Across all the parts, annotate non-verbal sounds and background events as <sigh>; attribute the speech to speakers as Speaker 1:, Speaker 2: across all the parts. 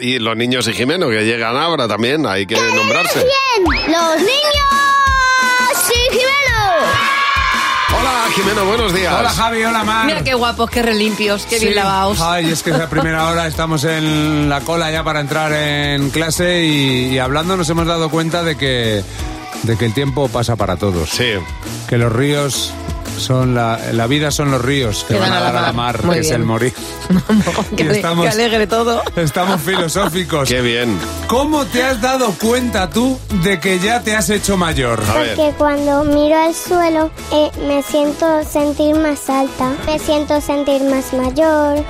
Speaker 1: Y los niños y Jimeno, que llegan ahora también, hay que nombrarse.
Speaker 2: ¡Bien! ¡Los niños! ¡Sí, Jimeno!
Speaker 1: Hola, Jimeno, buenos días.
Speaker 3: Hola Javi, hola
Speaker 1: Ah.
Speaker 3: Mar.
Speaker 4: Mira qué guapos, qué relimpios, qué bien
Speaker 3: Sí.
Speaker 4: lavados.
Speaker 3: Ay, es que es la primera hora, estamos en la cola ya para entrar en clase y, y hablando nos hemos dado cuenta de que, de que el tiempo pasa para todos.
Speaker 1: Sí,
Speaker 3: Que los ríos son la, la vida son los ríos que, van a dar a la mar,
Speaker 4: Muy
Speaker 3: que es
Speaker 4: bien.
Speaker 3: el morir.
Speaker 4: qué,
Speaker 3: Y
Speaker 4: ale-
Speaker 3: estamos-
Speaker 4: qué alegre todo. <laughs>
Speaker 3: Estamos filosóficos.
Speaker 1: qué bien.
Speaker 3: ¿Cómo te has dado cuenta tú de que ya te has hecho mayor?
Speaker 1: A ver.
Speaker 5: Porque cuando miro al suelo eh, me siento sentir más alta, me siento sentir más mayor,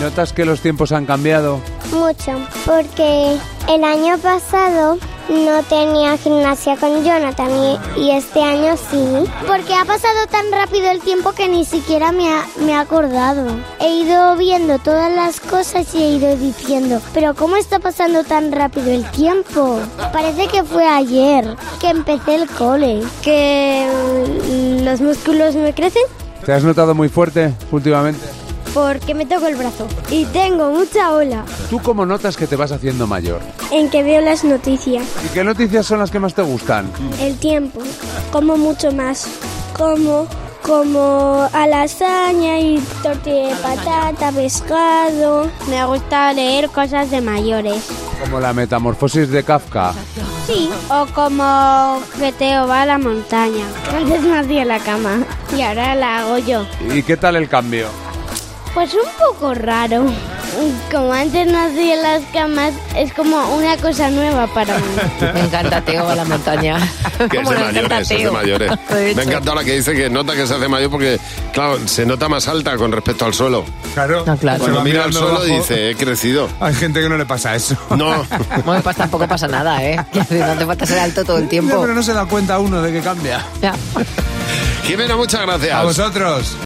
Speaker 3: ¿Notas que los tiempos han cambiado?
Speaker 5: mucho. Porque el año pasado no tenía gimnasia con Jonathan y, y este año sí. Porque ha pasado tan rápido el tiempo que ni siquiera me, ha- me he acordado. He ido viendo todas las cosas y he ido diciendo, pero ¿cómo está pasando tan rápido el tiempo? Parece que fue ayer que empecé el cole. Que mm, los músculos me crecen
Speaker 3: ¿Te has notado muy fuerte últimamente?
Speaker 5: porque me toco el brazo. Y tengo mucha ola
Speaker 3: ¿Tú cómo notas que te vas haciendo mayor?
Speaker 5: en que veo las noticias.
Speaker 3: ¿Y qué noticias son las que más te gustan?
Speaker 5: el tiempo, como mucho más, como como lasaña y tortilla de patata, pescado. Me gusta leer cosas de mayores.
Speaker 3: Como la metamorfosis de Kafka.
Speaker 5: Sí. O como que Teo va a la montaña. Antes no hacía la cama y ahora la hago yo.
Speaker 3: ¿Y qué tal el cambio?
Speaker 5: Pues un poco raro. Como antes no hacía las camas, es como una cosa nueva para <laughs> mí.
Speaker 4: Me encanta Teo a la montaña.
Speaker 1: <laughs> Que es
Speaker 4: Cómo
Speaker 1: de
Speaker 4: le encanta
Speaker 1: mayores, es de
Speaker 4: Teo. <laughs>
Speaker 1: mayores.
Speaker 4: De hecho.
Speaker 1: Me ha encantado la que dice que nota que se hace mayor porque, claro, se nota más alta con respecto al suelo.
Speaker 3: Claro.
Speaker 4: Ah, claro.
Speaker 1: Cuando mira al suelo dice, he crecido.
Speaker 3: Hay gente que no le pasa eso. <laughs>
Speaker 1: No,
Speaker 4: Bueno, pues tampoco pasa nada, ¿eh? <laughs> Quiero decir, No te falta ser alto
Speaker 3: <laughs>
Speaker 4: todo el tiempo.
Speaker 3: pero no se da cuenta uno de que cambia.
Speaker 4: Ya.
Speaker 1: Jimeno, muchas gracias.
Speaker 3: A vosotros.